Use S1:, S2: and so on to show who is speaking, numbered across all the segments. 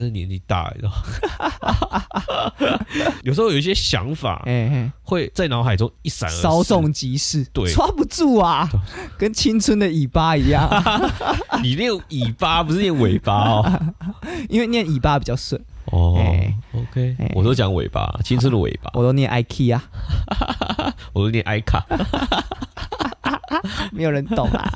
S1: 真的年纪大，欸你知道 吗，有时候有一些想法
S2: 哎哎，
S1: 会在脑海中一闪啊而
S2: 稍
S1: 逝
S2: 纵即逝，
S1: 对
S2: 抓不住 啊，跟青春的尾巴一样，
S1: 你那个尾巴不是念尾巴 哦。
S2: 因为念尾巴比较顺，
S1: 哦、
S2: 哎
S1: o k
S2: 哎
S1: 我都讲尾巴，青春的尾巴，
S2: 我都念 IK 啊，
S1: 我都念艾 卡。
S2: 没有人懂啊，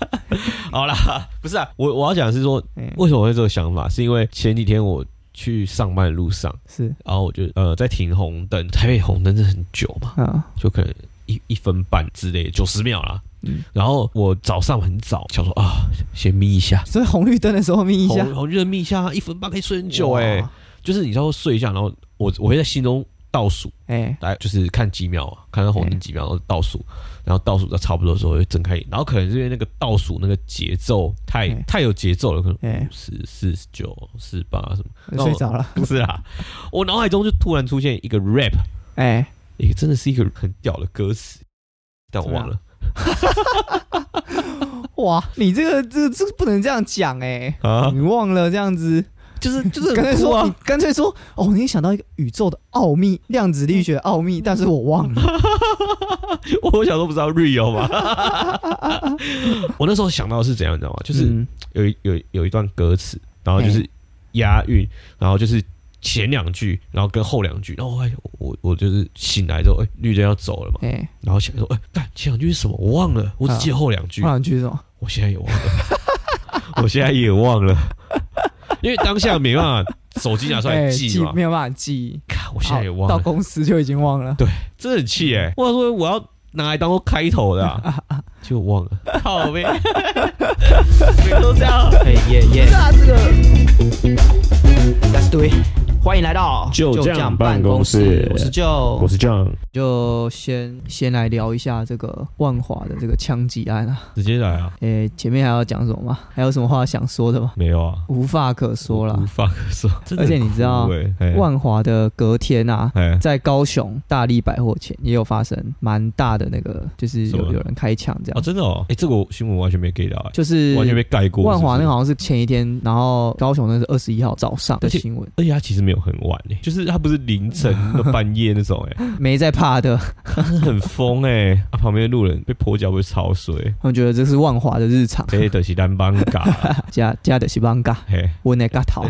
S1: 好啦，不是啊，我我要讲的是说，
S2: 哎
S1: 为什么会有这个想法，是因为前几天我去上班的路上，
S2: 是
S1: 然后我就呃在停红灯，台北红灯是很久嘛，
S2: 啊，
S1: 就可能一一分半之类，九十秒啦。
S2: 嗯
S1: 然后我早上很早想说啊，先眯一下，
S2: 所以红绿灯的时候眯一下，
S1: 红红绿灯眯一下，一分半可以睡很久哎、
S2: 哇，
S1: 就是你知道睡一下，然后我我会在心中倒数，
S2: 哎
S1: 大概就是看几秒啊，看到红灯几秒，然后倒数，然后倒数到差不多的时候会睁开眼，然后可能是因为那个倒数那个节奏太
S2: 哎
S1: 太有节奏了，可能
S2: 哎，
S1: 十四、十九、四八什么，
S2: 睡着了，
S1: 不是啦，我脑海中就突然出现一个 rap，
S2: 哎，
S1: 一个真的是一个很屌的歌词，但我忘了。
S2: 哇，你这个这个这个不能这样讲哎，
S1: 啊，
S2: 你忘了这样子。
S1: 就是就是 很
S2: 干脆
S1: 酷
S2: 说，你
S1: 啊，
S2: 干脆说，哦，你想到一个宇宙的奥秘，量子力学的奥
S1: 嗯
S2: 秘，但是我忘了。
S1: 我小时候不知道 real 吗？我那时候想到的是怎样，你知道吗？就是
S2: 嗯
S1: 有一有一有一段歌词，然后就是押韵，然后就是前两句，然后跟后两句，然后我还我我就是醒来之后，哎、绿灯要走了嘛，
S2: 哎、
S1: 然后想说，哎、干前两句是什么？我忘了，我只记
S2: 嗯
S1: 得后两句，
S2: 后两句是什么？
S1: 我现在也忘了， 我现在也忘了， 因为当下没办法手机拿出来
S2: 哎
S1: 记嘛，
S2: 没有办法记，
S1: 看、我现在也
S2: 好
S1: 忘
S2: 到嗯
S1: 了，
S2: 公司就已经忘了。
S1: 真的很气哎、我想说我要拿来当做开头的、 啊，就忘了，好呗，每个都这样，
S2: 哎耶耶，那这个，Let's do it。欢迎来到
S1: 就这样办公室
S2: 我是就
S1: 我是 John，
S2: 就先先来聊一下这个万华的这个枪击案啊。
S1: 直接来啊。
S2: 哎、前面还要讲什么吗？还有什么话想说的吗？
S1: 没有啊，
S2: 无话可说
S1: 无
S2: 了。
S1: 法可说。真的
S2: 而且你知道
S1: 很酷欸，嘿
S2: 万华的隔天啊，
S1: 嘿
S2: 在高雄大力百货前也有发生蛮大的那个，就是
S1: 什么
S2: 有有人开枪这
S1: 哦，
S2: 样，
S1: 真的哦，哎，这个我新闻完全没 get 到，哎
S2: 就是
S1: 完全被盖过。
S2: 万华
S1: 是不
S2: 那个
S1: 是，
S2: 好像是前一天，然后高雄那是二十一号早上的
S1: 而且
S2: 新闻，
S1: 而且他其实没有很晚哎，就是他不是凌晨到半夜那种哎，
S2: 没在怕的，
S1: 真的很疯哎，啊旁边的路人被泼脚被潮 水，
S2: 他们觉得这是万华的日常，啊
S1: 这都是单帮嘎
S2: 加加的西班嘎，
S1: 嘿。
S2: 我那嘎啊逃，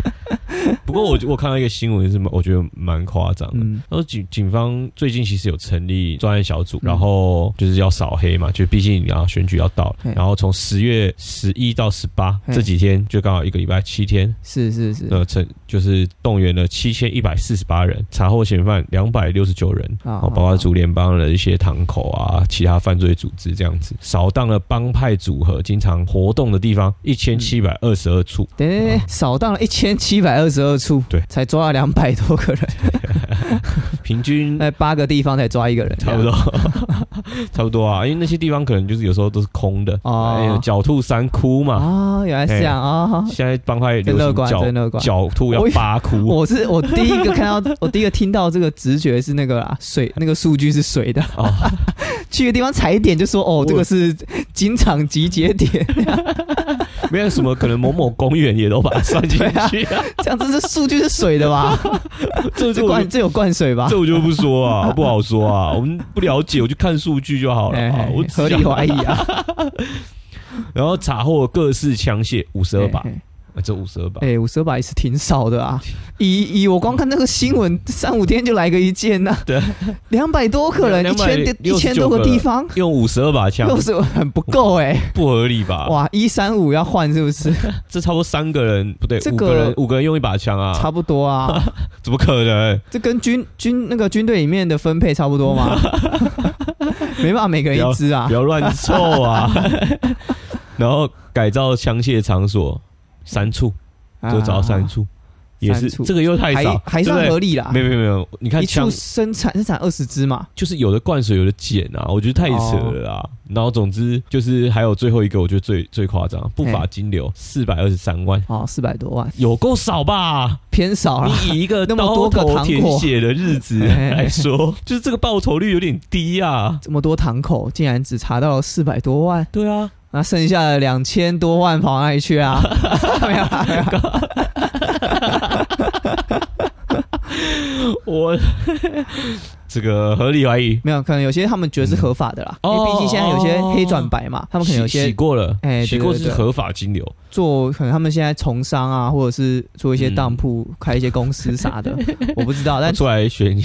S1: 不过我我看到一个新闻是蛮，我觉得蛮夸张的。
S2: 嗯，
S1: 然后警警方最近其实有成立专案小组，
S2: 嗯
S1: 然后就是要扫黑嘛，就毕竟啊选举要到了
S2: 嘿，
S1: 然后从十月十一到十八
S2: 嘿
S1: 这几天，就刚好一个礼拜七天，
S2: 是是是，
S1: 呃，成就是动员了七千一百四十八人，查获嫌犯两百六十九人，
S2: 啊
S1: 哦，包括竹联帮的一些堂口啊，其他犯罪组织这样子，扫荡了帮派组合经常活动的地方一千七百二十二处，
S2: 等等等，扫荡了一千七百二十二处，
S1: 嗯对
S2: 才抓了两百多 个人，嗯
S1: 平均
S2: 在八个地方才抓一个 人，
S1: 差不多， 差不多啊，因为那些地方可能就是有时候都是空的，
S2: 哦
S1: 哎呦狡兔三窟嘛，哎
S2: 啊，原来是这样啊，
S1: 现在帮派
S2: 真
S1: 流
S2: 乐
S1: 行
S2: 观，真
S1: 狡
S2: 乐观。
S1: 狡兔要
S2: 我以
S1: 八窟
S2: 我是我第一个看到， 我第一个听到这个直觉是那个啦，水那个数据是水的，
S1: 哦
S2: 去个地方踩一点就说哦，这个是警场集结点，
S1: 没有什么可能某某公园也都把它算进
S2: 啊
S1: 去，啊
S2: 这样子这数据是水 的吧？
S1: 这
S2: 这
S1: 就我
S2: 灌这有灌水吧
S1: 这？我就不说啊，不好说啊，我们不了解，我就看数据就好了
S2: 哎
S1: 啊
S2: 哎。
S1: 我
S2: 合理怀疑。啊，
S1: 然后查获各式枪械五十二把
S2: 哎，
S1: 啊这五十二把
S2: 哎，哎五十二把也是挺少的啊。以以我光看那个新闻，三五天就来个一件呐，
S1: 对，
S2: 两百多个人，一千
S1: 269
S2: 一千多个地方，
S1: 用五十二把枪
S2: 又是很不够哎，
S1: 不合理吧？
S2: 哇，一三五要换是不是？
S1: 这差不多三个人不对，
S2: 这
S1: 五
S2: 个
S1: 个人五个人用一把枪啊，
S2: 差不多啊。
S1: 怎么可能？
S2: 这跟军军那个军队里面的分配差不多 嘛，没办法，每个人一支啊
S1: 不。要乱凑 啊！然后改造枪械场所三处，就找到三
S2: 啊
S1: 处，也是
S2: 三处
S1: 这个又太少
S2: 还，还
S1: 对不
S2: 算
S1: 对
S2: 合理啦
S1: 没。有没有没有，你看
S2: 一
S1: 枪
S2: 处生产生产二十支嘛，
S1: 就是有的灌水，有的碱啊，我觉得太扯了
S2: 哦
S1: 啦。然后总之就是还有最后一个，我觉得最最夸张，不法金流四百二十三万，
S2: 哦，四百多万，
S1: 有够少吧？
S2: 偏少啊。
S1: 你以一个
S2: 那么
S1: 刀
S2: 多个
S1: 头
S2: 糖
S1: 舔
S2: 果
S1: 血的日子
S2: 哎
S1: 来说，就是这个报酬率有点低啊。
S2: 这么多堂口，竟然只查到四百多万，
S1: 对啊，
S2: 那剩下 的啊两千多万跑哪里去啊？没有啦，没有啦
S1: 这个合理怀疑，
S2: 没有，啊可能有些他们觉得是合法的啦，
S1: 嗯
S2: 因为毕竟现在有些
S1: 哦
S2: 黑转白嘛，他们可能有
S1: 洗洗
S2: 些
S1: 过了，
S2: 哎对
S1: 洗过
S2: 对
S1: 是
S2: 对
S1: 合法金流，
S2: 做，可能他们现在从商啊，或者是做一些
S1: 嗯
S2: 当铺、开一些公司啥 的，我不知道，但
S1: 出来选你，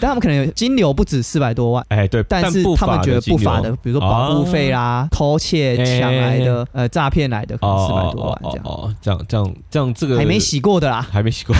S2: 但他们可能有金流不止四百多万。
S1: 哎，对，
S2: 但是
S1: 不
S2: 他们
S1: 法
S2: 觉得
S1: 金
S2: 不
S1: 流哦
S2: 法的，比如说保护费啦、偷窃、抢来的、呃诈骗来的，可能四百多万这
S1: 哎哦
S2: 样，
S1: 哦，哦这样这样这样，这个
S2: 还没，洗过的啦，
S1: 还没洗过。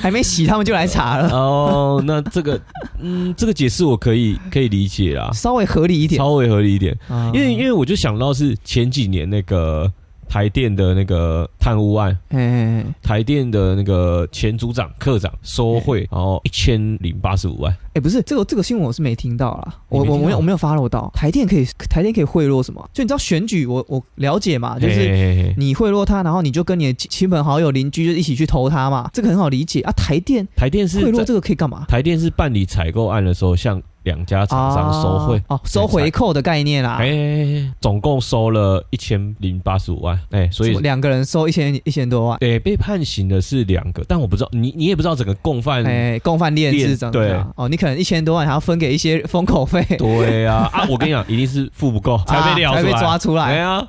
S2: 还没洗他们就来查了，
S1: 哦，那这个，嗯，这个解释我可以可以理解啦，
S2: 啊稍微合理一点。
S1: 稍微合理一点，
S2: 啊
S1: 因为因为我就想到是前几年那个台电的那个贪污案，
S2: 哎哎，哎
S1: 台电的那个前组长、科长收贿，然后一千零八十五万，
S2: 哎，不是这个这个新闻我是没听到啦，
S1: 你
S2: 我
S1: 没听
S2: 我我没有
S1: 到
S2: 我没有发漏到台电可以台电可以贿赂什么？就你知道选举我我了解嘛，啊就是嗯
S1: 嘿嘿嘿
S2: 你贿赂他，然后你就跟你的亲亲朋好友、邻居就一起去投他嘛，这个很好理解啊。台电
S1: 台电是
S2: 贿赂
S1: 在
S2: 这个可以干嘛？
S1: 台电是办理采购案的时候，向两家厂商收贿。
S2: 啊哦，收回扣的概念啦。
S1: 哎、总共收了一千零八十五万，哎、所以
S2: 什么两个人收一千一千多万，
S1: 对，被判刑的是两个，但我不知道你你也不知道整个共犯。
S2: 哎，共犯链是
S1: 嗯链
S2: 怎么样？哦，你可能一千多万还要分给一些封口费，
S1: 对啊，啊，我跟你讲，一定是付不够才被
S2: 啊
S1: 聊
S2: 才
S1: 出
S2: 被
S1: 来，
S2: 抓出
S1: 哎
S2: 来。
S1: 呀、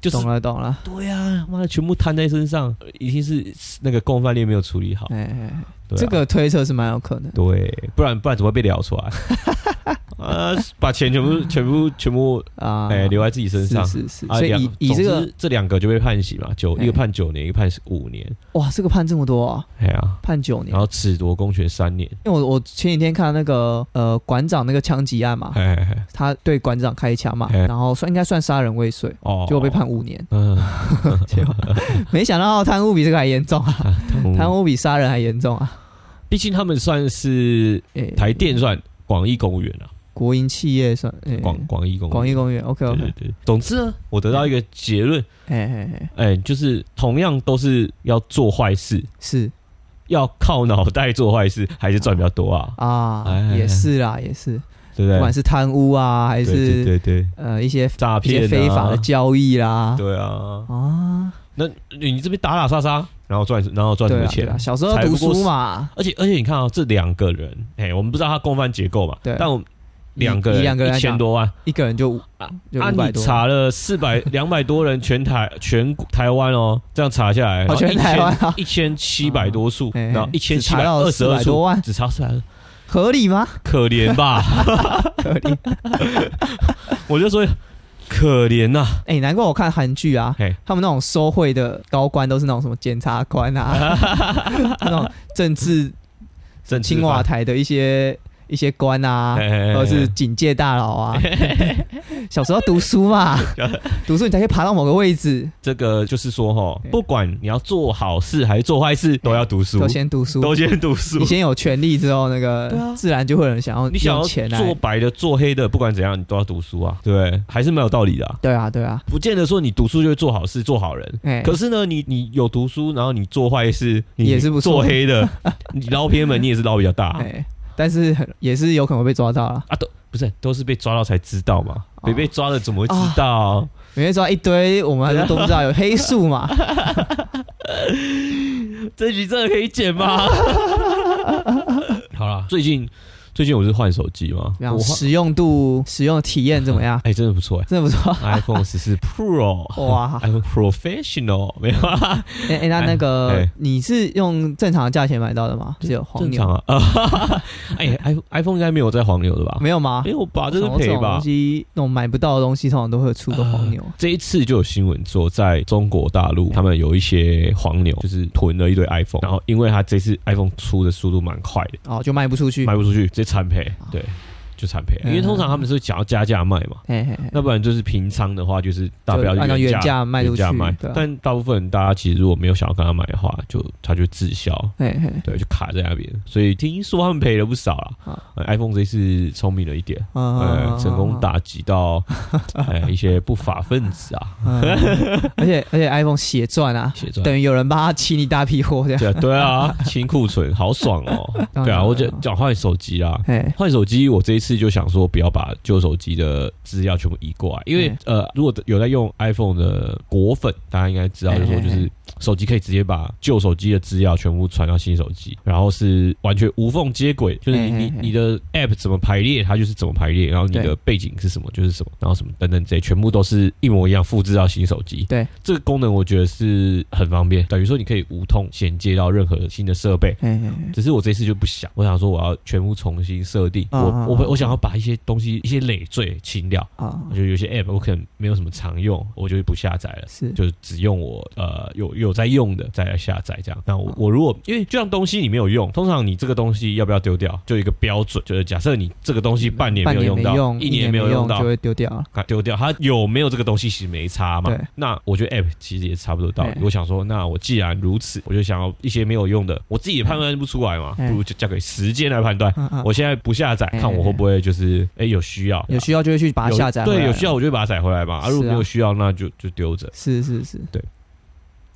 S1: 就是
S2: 懂了懂了，
S1: 对啊，妈的，全部摊在身上，一定是那个共犯链没有处理好。
S2: 哎哎，哎
S1: 对啊
S2: 这个推测是蛮有可能。
S1: 对，不然不然怎么会被聊出 来？啊，把钱全部全部全部
S2: 啊，
S1: 哎、留在自己身上。
S2: 是是是，
S1: 啊
S2: 所以
S1: 两
S2: 以以
S1: 总
S2: 这个
S1: 之这两个就被判刑嘛，九
S2: 哎
S1: 一个判九年，一个判五年，
S2: 哇，这个判这么多啊，
S1: 哎呀，
S2: 判九年
S1: 然。后褫夺公权三年，
S2: 因为我我前几天看那个呃馆长那个枪击案嘛，
S1: 哎哎哎，
S2: 他对馆长开枪嘛，
S1: 嘿
S2: 然后算应该算杀人未遂，
S1: 哦，
S2: 结果被判五 年。
S1: 嗯，
S2: 结果没想到贪污比这个还严重啊，贪
S1: 贪污，
S2: 污比杀人还严重啊！
S1: 毕竟他们算是
S2: 诶，
S1: 台电算广义公务员啊，
S2: 国营企业算诶
S1: 广广义公务员
S2: 嗯广义公园，OK
S1: 对
S2: OK，
S1: 对对。总之呢，我得到一个结论，
S2: 哎哎哎，
S1: 哎，就是同样都是要做坏事，
S2: 是
S1: 要靠脑袋做坏事，还是赚比较多啊，
S2: 啊
S1: 哎哎，哎
S2: 也是啦，也是，
S1: 对不
S2: 不
S1: 对
S2: 管？是贪污啊，还
S1: 对对
S2: 是
S1: 对对，
S2: 呃一些
S1: 诈
S2: 一些
S1: 骗
S2: 非法的
S1: 啊
S2: 交易啦，
S1: 对啊，
S2: 啊，
S1: 那你这边打打杀杀，然后赚然后赚什
S2: 对
S1: 么
S2: 啊，
S1: 钱
S2: 对啊，？小时候
S1: 才
S2: 读
S1: 不过
S2: 书
S1: 是
S2: 嘛，
S1: 而且而且你看啊、这两个人，哎、我们不知道他共犯结构嘛，
S2: 对
S1: 但我们两个
S2: 以
S1: 人
S2: 两个人来
S1: 一
S2: 讲
S1: 千多万
S2: 一个人就五
S1: 啊
S2: 就
S1: 啊！
S2: 500
S1: 你
S2: 多
S1: 查了四百 两百多人，全台全台湾哦，这样查下来，
S2: 哦全台湾啊
S1: 一千七百多处，
S2: 哎
S1: 然后一千
S2: 只
S1: 七
S2: 查
S1: 百
S2: 到
S1: 二十二
S2: 400多
S1: 处，
S2: 万，
S1: 只查出来了，
S2: 合理吗？
S1: 可怜 吧？
S2: 合理。
S1: 我就说可怜啊呐、
S2: 哎、难怪我看韩剧啊
S1: 嘿，
S2: 他们那种收贿的高官都是那种什么检察官 啊，那种政治
S1: 真
S2: 青瓦台的一些一些官啊，或者是警戒大佬 啊。小时候读书嘛，读书你才可以爬到某个位置，
S1: 这个，就是说哈
S2: 对，
S1: 不管你要做好事还是做坏事，都要读书
S2: 都，先读书。
S1: 都先读书
S2: 你。先有权利之后，那个、
S1: 对啊
S2: 自然就会有人想要
S1: 你想要
S2: 用钱啊来。
S1: 做白的、做黑的，不管怎样，你都要读书啊，对不对，还是蛮有道理的啊、
S2: 对啊，对啊，
S1: 不见得说你读书就会做好事、做好人。
S2: 哎、
S1: 可是呢，你你有读书，然后你做坏事，你
S2: 也是不错
S1: 做黑 的，你捞偏门，你也是捞比较大
S2: 哎、但是很也是有可能会被抓到了。
S1: 啊，都不是都是被抓到才知道嘛，
S2: 哦
S1: 没被抓了怎么会知道？
S2: 每天抓一堆，我们还是都不知道有黑数 嘛。
S1: 这局真的可以剪 吗？好啦，最近最近我是换手机嘛，
S2: 然
S1: 我
S2: 后
S1: 换？
S2: 使用度、使用体验怎么样
S1: 哎，真的不错哎。
S2: 真的不 错。
S1: iPhone 十四 Pro，
S2: 哇
S1: ，iPhone Professional 没有啊？
S2: 哎、哎那那
S1: 哎
S2: 个
S1: 哎
S2: 你是用正常的价钱买到的吗？只有黄
S1: 正
S2: 牛
S1: 常啊。 哎，i iPhone 应该没有在黄牛的吧？
S2: 没有啊吗？
S1: 没有哎吧？这是
S2: 我想说
S1: 赔
S2: 种
S1: 吧
S2: 东？西那种买不到的东西，通常都会有出个黄牛。
S1: 这一次就有新闻说，在中国大陆，他们有一些黄牛，就是囤了一堆 iPhone，然后因为他这次 iPhone 出的速度蛮快的，
S2: 哦，就卖不出去。
S1: 呃卖不出去，直接惨赔
S2: 啊，
S1: 对，就惨赔。
S2: 嗯
S1: 因为通常他们是想要加价卖嘛，
S2: 嘿嘿嘿，
S1: 那不然就是平仓的话，就是大不
S2: 就
S1: 了
S2: 按照
S1: 原价
S2: 价卖出
S1: 原
S2: 去
S1: 价卖。
S2: 对啊
S1: 但大部分大家其实如果没有想要跟他买的话，就他就滞销，
S2: 嘿嘿，
S1: 对，就卡在那边。所以听说他们赔了不少啦。
S2: 啊
S1: 呃 iPhone 这次聪明了一点。呃
S2: 嗯，，
S1: 成功打击到呃一些不法分子 啊，
S2: 嗯。 而且而且 iPhone 血赚啊，
S1: 写出来。
S2: 等于有人帮他清一大批货这样。
S1: 对啊，对啊，清库存好爽哦。
S2: 当然
S1: 对啊，
S2: 了
S1: 我讲讲换手机啦，啊
S2: 哎
S1: 换手机我这一次就想说不要把旧手机的资料全部移过来，因为、呃，如果有在用 iPhone 的果粉，大家应该知道，就是说就
S2: 嘿嘿
S1: 是手机可以直接把旧手机的资料全部传到新手机，然后是完全无缝接轨，就是你
S2: 嘿嘿
S1: 你
S2: 嘿
S1: 你的 App 怎么排列，它就是怎么排列，然后你的
S2: 对
S1: 背景是什么就是什么，然后什么等等这些，全部都是一模一样复制到新手机。
S2: 对，
S1: 这个功能我觉得是很方便，等于说你可以无痛衔接到任何新的设备，
S2: 嘿嘿嘿
S1: 只是我这次就不想，我想说我要全部重新设定，
S2: 嗯嗯
S1: 我我
S2: 嗯
S1: 我想要把一些东西一些累赘清掉，
S2: 啊，
S1: 就有些 app 我可能没有什么常用，我就不下载了。
S2: 是
S1: 就只用我呃有有在用的再来下载这样。那
S2: 嗯
S1: 我我如果因为就像东西你没有用，通常你这个东西要不要丢掉，就有一个标准，就是假设你这个东西半年
S2: 半
S1: 没有
S2: 年没
S1: 到，
S2: 用，
S1: 一
S2: 年
S1: 没有
S2: 用
S1: 到
S2: 就，会丢掉 了。
S1: 啊丢掉，它有没有这个东西其实没差嘛
S2: 对。
S1: 那我觉得 App 其实也差不多道理
S2: 哎。
S1: 我想说，那我既然如此，我就想要一些没有用的，我自己也判断不出来嘛，不
S2: 哎
S1: 如就交给时间来判断。
S2: 嗯嗯，
S1: 我现在不下载，
S2: 哎
S1: 看我会不会就是哎有需要，
S2: 有需要就会去把它
S1: 有
S2: 下载。
S1: 对，有需要，我就把它载回来嘛。啊，
S2: 是啊
S1: 如果没有需要，那就就丢着。
S2: 是是是，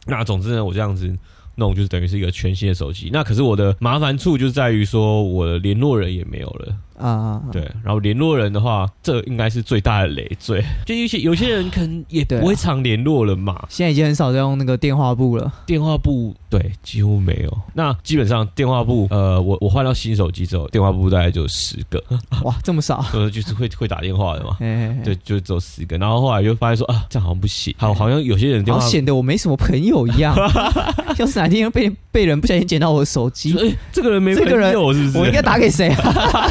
S1: 那总之呢，我这样子弄就是等于是一个全新的手机。那可是我的麻烦处就在于说，我的联络人也没有了。
S2: 啊啊，啊
S1: 对，然后联络人的话，这应该是最大的累 赘。就有些有些人可能也不
S2: 对啊
S1: 会常联络了嘛，
S2: 现在已经很少在用那个电话簿 了。
S1: 电话簿对几乎没有。那基本上电话簿，呃，我我换到新手机之后，电话簿大概就十 个，
S2: 哇，这么少，
S1: 呃，就是会会打电话的嘛。
S2: 哎，嘿嘿
S1: 对，就只有十个，然后后来就发现说啊，这样好像不 行，好，好像有些人电
S2: 好
S1: 话
S2: 显得我没什么朋友一 样。要是哪天被被人不小心捡到我的 手机
S1: 就，说哎、这个人没
S2: 这
S1: 朋
S2: 个人
S1: 友是不是？
S2: 我应该打给谁 啊？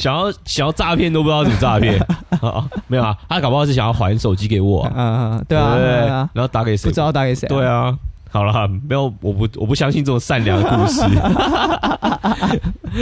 S1: 想要想要诈骗都不知道怎么诈骗 啊，没有啊，他搞不好是想要还手机给我啊、
S2: 嗯， 嗯对啊，
S1: 不
S2: 对啊，
S1: 然后打给
S2: 不
S1: 谁
S2: 知？道打给谁。
S1: 对，啊，好了，没有，我不我不相信这种善良的故事。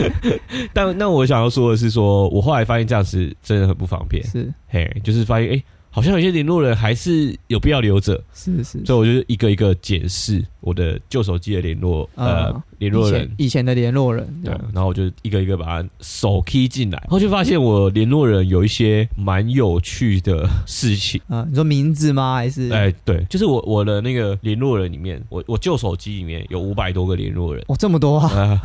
S1: 但那我想要说的是说我后来发现这样是真的很不方便，
S2: 是
S1: 嘿，就是发现哎、诶好像有些联络人还是有必要留着，
S2: 是是。
S1: 所以我就是一个一个检视我的旧手机的联络呃
S2: 嗯
S1: 联
S2: 以
S1: 络人
S2: 前。以前的联络人，
S1: 对，然后我就一个一个把它手 key 进来，然后就发现我联络人有一些蛮有趣的事情。
S2: 嗯，你说名字吗？还是？
S1: 哎，对，就是我我的那个联络人里面，我我旧手机里面有五百多个联络人，
S2: 哦，这么多啊！
S1: 呃，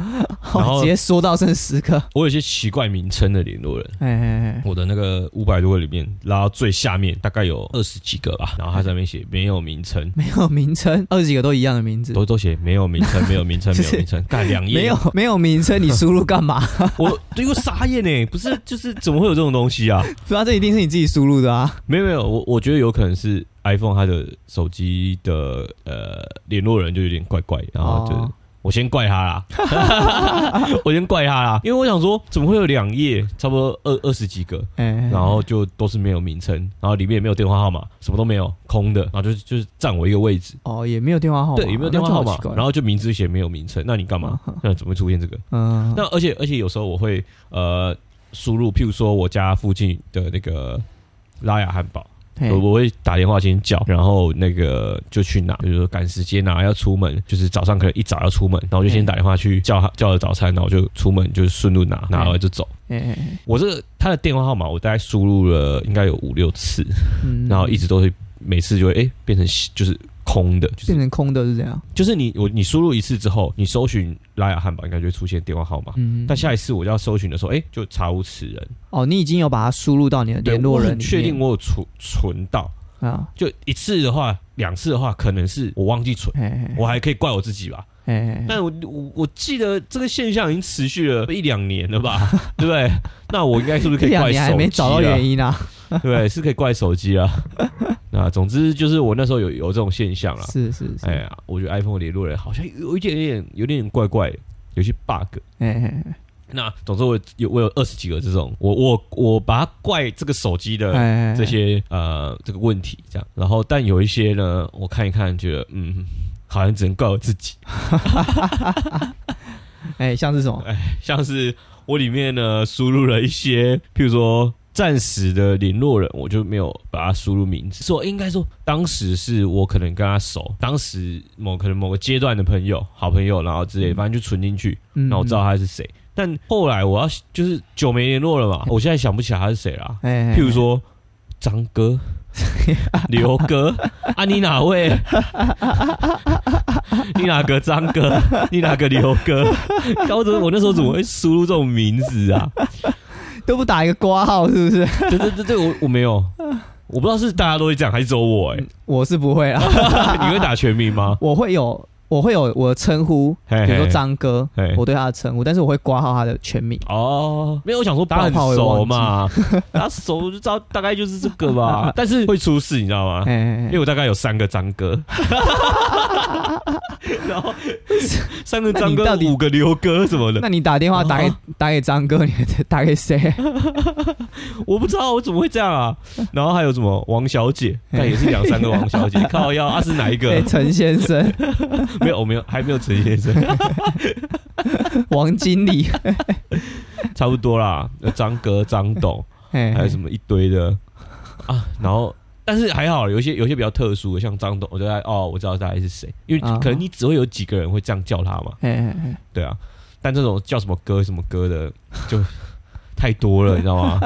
S1: 然后
S2: 直接说到剩十个，
S1: 我有一些奇怪名称的联络人。
S2: 哎哎
S1: 我的那个五百多个里面，拉到最下面大概有二十几个吧，然后他上面写没有名称，
S2: 没有 名称，二十几个都一样的名字，
S1: 都都写没有名称，没有名称，没 有名称，干两页，
S2: 没有没有名称，你输入干 嘛？
S1: 我对我傻眼呢，不是就是怎么会有这种东西啊？
S2: 不啊，这一定是你自己输入的啊！
S1: 没有没有，我我觉得有可能是 iPhone 它的手机的呃联络人就有点怪怪，然后就、
S2: 哦
S1: 我先怪他 啦，我先怪他啦，因为我想说怎么会有两页，差不多二二十几个，
S2: 哎，
S1: 然后就都是没有名称，然后里面也没有电话号码，什么都没有，空的，然后就就是占我一个位置。
S2: 哦，也没有电话号码，
S1: 对，也没有电话号
S2: 那
S1: 码
S2: 就好奇怪，
S1: 然后就名字写没有名称，那你干嘛？那怎么会出现这个？
S2: 嗯，
S1: 那而且而且有时候我会呃输入，譬如说我家附近的那个拉雅汉堡，
S2: 嘿嗯
S1: 我我会打电话先叫，然后那个就去拿，比如说赶时间啊，要出门，就是早上可能一早要出门，然后就先
S2: 嗯
S1: 打电话去叫他叫了早餐，然后就出门就顺路拿，拿了就走。
S2: 哎哎哎
S1: 我这个他的电话号码我大概输入了应该有五六次，
S2: 嗯
S1: 然后一直都是每次就会哎、诶变成就是空的，就是
S2: 变成空的是这样，
S1: 就是你我你输入一次之后，你搜寻拉雅汉堡应该就会出现电话号码。
S2: 嗯，
S1: 但下一次我要搜寻的时候，哎、就查无此人。
S2: 哦，你已经有把它输入到你的
S1: 对
S2: 联络
S1: 我很
S2: 人里面，
S1: 确定我有存存到，
S2: 啊，
S1: 就一次的话，两次的话，可能是我忘记存，
S2: 哎哎
S1: 我还可以怪我自己吧。
S2: 哎哎，
S1: 但我我我记得这个现象已经持续了一两年了 吧，对不对？那我应该是不是可
S2: 这
S1: 以
S2: 两
S1: 怪手机啊？
S2: 年哎还没找到原因啊，
S1: 对不对，是可以怪手机 啊。那总之就是我那时候有有这种现象啦。
S2: 是是是，
S1: 哎
S2: 哎
S1: 呀，我觉得 iPhone 联络人好像有一点点有点怪怪的，有些 bug。
S2: 哎
S1: 那总之我有我有二十几个这种，我我我把它怪这个手机
S2: 哎
S1: 的
S2: 哎，
S1: 这些呃这个问题这样。然后但有一些呢，我看一看觉得嗯，好像只能怪我自己，
S2: 哎像是什么，
S1: 像是我里面呢输入了一些，譬如说。暂时的联络人，我就没有把他输入名字，说应该说当时是我可能跟他熟，当时某可能某个阶段的朋友、好朋友，然后之类，反正就存进去，
S2: 嗯，
S1: 那我知道他是谁。但后来我要就是久没联络了嘛，我现在想不起来他是谁啦。
S2: 哎，哎，
S1: 譬如说张 哥、刘哥啊，你哪 位？你哪个张哥？你哪个刘哥？高中我那时候怎么会输入这种名字啊？
S2: 都不打一个挂号，是不是？
S1: 对对对对，我我没有，我不知道是大家都会这样，还是只有我 哎、
S2: 我是不会啦，
S1: 你会打全名吗？
S2: 我会有我会有我的称呼，
S1: 嘿
S2: 比如说
S1: 嘿
S2: 张哥
S1: 嘿，
S2: 我对他的称呼，但是我会挂号他的全名。
S1: 哦，没有，我想说大家很熟嘛，大家熟就知道大概就是这个 吧，但是会出事，你知道吗？
S2: 哎
S1: 啊因为我大概有三个张 哥，然后三个张
S2: 那
S1: 哥
S2: 你到、底
S1: 五个刘哥什么的，
S2: 那你打电话打
S1: 啊
S2: 给、打给张哥，你打给谁？
S1: 我不知道我怎么会这样啊。然后还有什么王小姐，
S2: 嘿
S1: 但也是两三个王小姐， 靠腰啊是哪一
S2: 给
S1: 个？
S2: 哎陈 先生、
S1: 没有，我没有，还没有陈先生，
S2: 王经理，
S1: 差不多啦。有张哥、张董，
S2: 哎，
S1: 还有什么一堆的啊，然后。但是还好，有一些有一些比较特殊的，像张董，我就在哦，我知道大概是谁，因为
S2: 啊
S1: 可能你只会有几个人会这样叫他嘛，
S2: 哎？哎哎，
S1: 对啊。但这种叫什么哥什么哥的就太多了，你知道吗？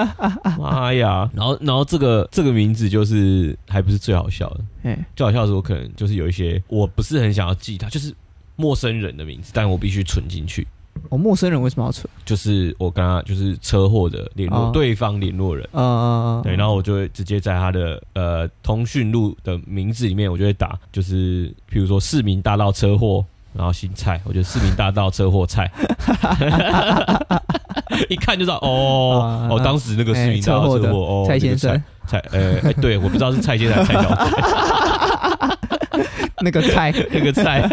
S1: 妈呀！然后然后这个这个名字就是还不是最好笑的，
S2: 哎，
S1: 最好笑的是我可能就是有一些我不是很想要记它，就是陌生人的名字，但我必须存进去。
S2: 我哦陌生人为什么要存？
S1: 就是我刚刚就是车祸的联络、
S2: 哦
S1: 对方联络人。
S2: 呃，
S1: 对，然后我就会直接在他的呃通讯录的名字里面，我就会打，就是比如说市民大道车祸，然后新菜，我觉得市民大道车祸菜， 一看就知道哦
S2: 啊，
S1: 哦，当时那个市民大道
S2: 哎车祸
S1: 车
S2: 的
S1: 祸，哦，
S2: 蔡先
S1: 那个
S2: 生，
S1: 蔡，蔡，呃，哎对，我不知道是蔡先生还是蔡小姐
S2: 那个蔡
S1: 那个 蔡，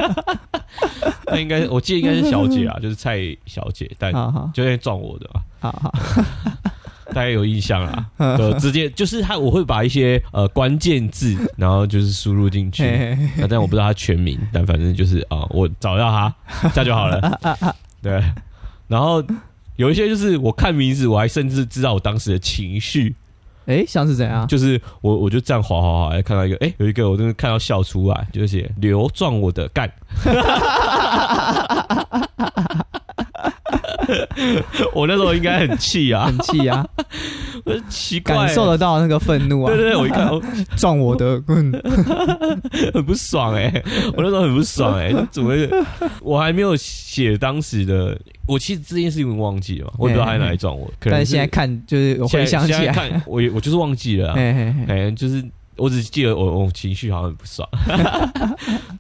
S1: 那应该我记得应该是小姐啊，就是蔡小姐，但
S2: 好好
S1: 就会撞我的吧。
S2: 好好，
S1: 大概有印象 啦，
S2: 嗯
S1: 就直接就是他，我会把一些呃关键字，然后就是输入进去，
S2: 嘿嘿
S1: 那但我不知道他全名，但反正就是啊、我找到 他，这样就好了。对，然后有一些就是我看名字，我还甚至知道我当时的情绪，
S2: 哎，像是怎样？
S1: 就是我我就这样滑滑滑，看到一个，哎、有一个我真的看到笑出来，就是写刘撞我的 干。 我那时候应该很气啊，
S2: 很气啊，
S1: 我说奇怪、啊
S2: 感受得到那个愤怒啊
S1: 对！对对，我一看 我
S2: 撞我的，嗯，
S1: 很不爽哎、我那时候很不爽 哎、怎么会？我还没有写当时的，我其实这件事情忘记了嘛，我也不知道他在哪里撞我，可能
S2: 哎但是现在看就是有
S1: 现
S2: 回
S1: 在
S2: 想起
S1: 现在
S2: 来，
S1: 看我也我就是忘记了、啊，
S2: 哎哎哎
S1: 哎、就是我只记得我我情绪好像很不 爽，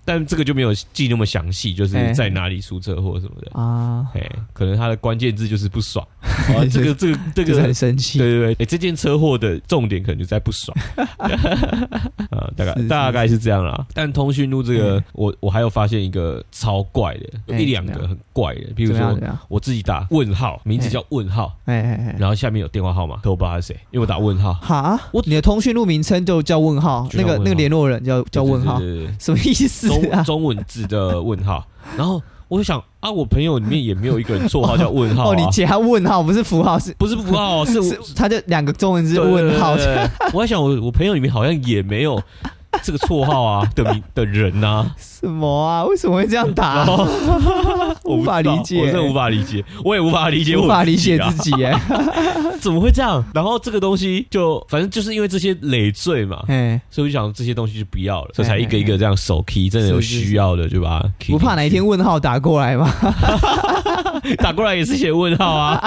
S1: 但这个就没有记那么详细，就是
S2: 哎
S1: 在哪里出车祸什么的，
S2: 啊，
S1: 哎、可能他的关键字就是不 爽，啊、这个这个这
S2: 就是
S1: 个
S2: 很。生
S1: 对
S2: 气，
S1: 对对，哎、这件车祸的重点可能就在不 爽，啊，大概
S2: 是是嗯
S1: 大概是这样啦。但通讯录这个，我我还有发现一个超怪的，有
S2: 哎
S1: 一两
S2: 怎
S1: 个
S2: 么样
S1: 很怪的，比
S2: 怎
S1: 如
S2: 么样
S1: 说
S2: 怎么样？
S1: 我自己打问号，名字叫问号，
S2: 哎哎哎，
S1: 然后下面有电话号码，可我不知道他是谁，因为我打问号，
S2: 哈，
S1: 我
S2: 你的通讯录名称就叫问号，
S1: 就
S2: 那
S1: 叫
S2: 个
S1: 问号
S2: 那个联络人叫叫问号
S1: 对， 对对
S2: 什么意思
S1: 对
S2: 啊
S1: 中？中文字的问号，然后我就想啊，我朋友里面也没有一个人绰号叫问号
S2: 哦，你
S1: 啊，
S2: 加问号不是符号，是
S1: 不是符号哦，是
S2: 是，他就两个中文字问号
S1: 对，对对对对我还想我我朋友里面好像也没有这个绰号啊 的名的人呐、啊。
S2: 什么啊？为什么会这样打
S1: 然？后 我不
S2: 哦无法
S1: 知道
S2: 理解
S1: 我真的无法理解，我也无法理解啊我
S2: 无
S1: 自己啊、
S2: 法理解自己哎，
S1: 怎么会这样。然后这个东西就反正就是因为这些累赘嘛，
S2: 哎，
S1: 所以我就想这些东西就不要了，所以才一个一个这样手 key，真的有需要的就把它 key
S2: 不怕哪一天问号打过来吗？
S1: 进去打过来也是写问号啊。